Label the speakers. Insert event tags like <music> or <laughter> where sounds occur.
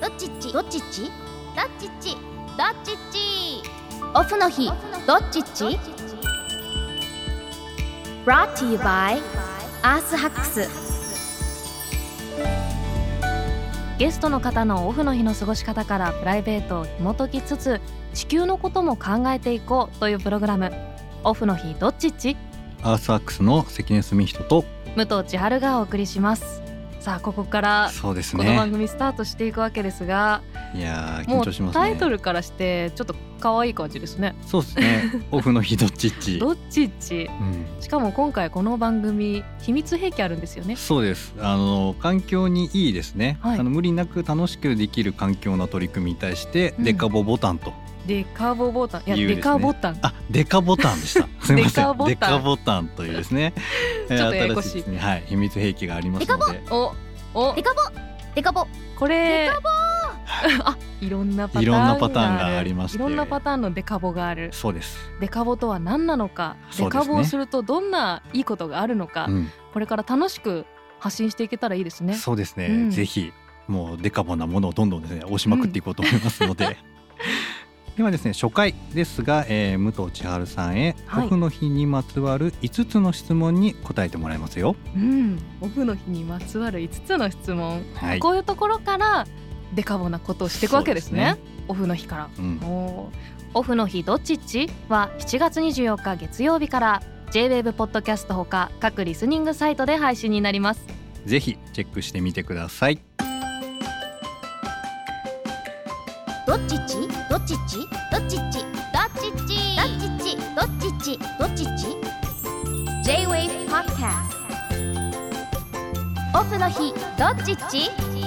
Speaker 1: どっちっち
Speaker 2: どっちっち
Speaker 1: どっちっちどっちっちオフの日どっちっち
Speaker 2: Brought to you by アースハックスゲストの方のオフの日の過ごし方からプライベートを紐解きつつ地球のことも考えていこうというプログラムオフの日どっちっち
Speaker 3: アースアックスの関根澄人と
Speaker 2: 武藤千春がお送りしますさあここから
Speaker 3: そうです
Speaker 2: この番
Speaker 3: ね
Speaker 2: 組スタートしていくわけですが、
Speaker 3: いやー
Speaker 2: も
Speaker 3: 緊
Speaker 2: う
Speaker 3: 張しますね
Speaker 2: タイトルからしてちょっと可愛い感じですね
Speaker 3: そうです
Speaker 2: <laughs>
Speaker 3: ねオフの日どっちっち
Speaker 2: どっちっち
Speaker 3: うん、
Speaker 2: しかも今回この番組秘密兵器あるんですよね
Speaker 3: そうですあの環境にいいですね、
Speaker 2: はい
Speaker 3: あの無理なく楽しくできる環境の取り組みに対して、
Speaker 2: うん
Speaker 3: デカボボタンと
Speaker 2: デカボボタンいや
Speaker 3: 言うで
Speaker 2: デ
Speaker 3: すね
Speaker 2: カボタン
Speaker 3: あデカボタンで
Speaker 2: <laughs>
Speaker 3: したすみませ
Speaker 2: デカ
Speaker 3: ん
Speaker 2: ボタン
Speaker 3: デカボタンというですね
Speaker 2: <laughs> ちょっとややこ
Speaker 3: 新
Speaker 2: しい
Speaker 3: しいですねはい秘密兵器がありますので
Speaker 2: おお
Speaker 1: デカボデカボ
Speaker 2: これ <laughs> あいろんなパターン
Speaker 3: いろんなパターン
Speaker 2: がある
Speaker 3: がありまして
Speaker 2: いろんなパターンのデカボがある
Speaker 3: そうです、
Speaker 2: デカボとは何なのか、デ
Speaker 3: そうですね
Speaker 2: カボをするとどんないいことがあるのか、
Speaker 3: うん、
Speaker 2: これから楽しく発信していけたらいいですね
Speaker 3: そうですね、
Speaker 2: うん
Speaker 3: ぜひもうデカボなものをどんどんですね押しまくっていこうと思いますので、
Speaker 2: <laughs>
Speaker 3: ではですね初回ですが、えー、武藤千春さんへ、
Speaker 2: はい
Speaker 3: オフの日にまつわる5つの質問に答えてもらいますよ
Speaker 2: うん、オフの日にまつわる5つの質問、
Speaker 3: はい
Speaker 2: こういうところからデカボなことをしていくわけですね
Speaker 3: そう
Speaker 2: オフの日から
Speaker 3: うん、
Speaker 2: おーオフの日どっちっちは7月24日月曜日から JWAVE ポッドキャストほか各リスニングサイトで配信になります
Speaker 3: ぜひチェックしてみてください
Speaker 1: どっちっちどっちっちどっちっちどっちっちどっちっちどっちっちどっちっち J-WAVE PODCAST オフの日どっちっち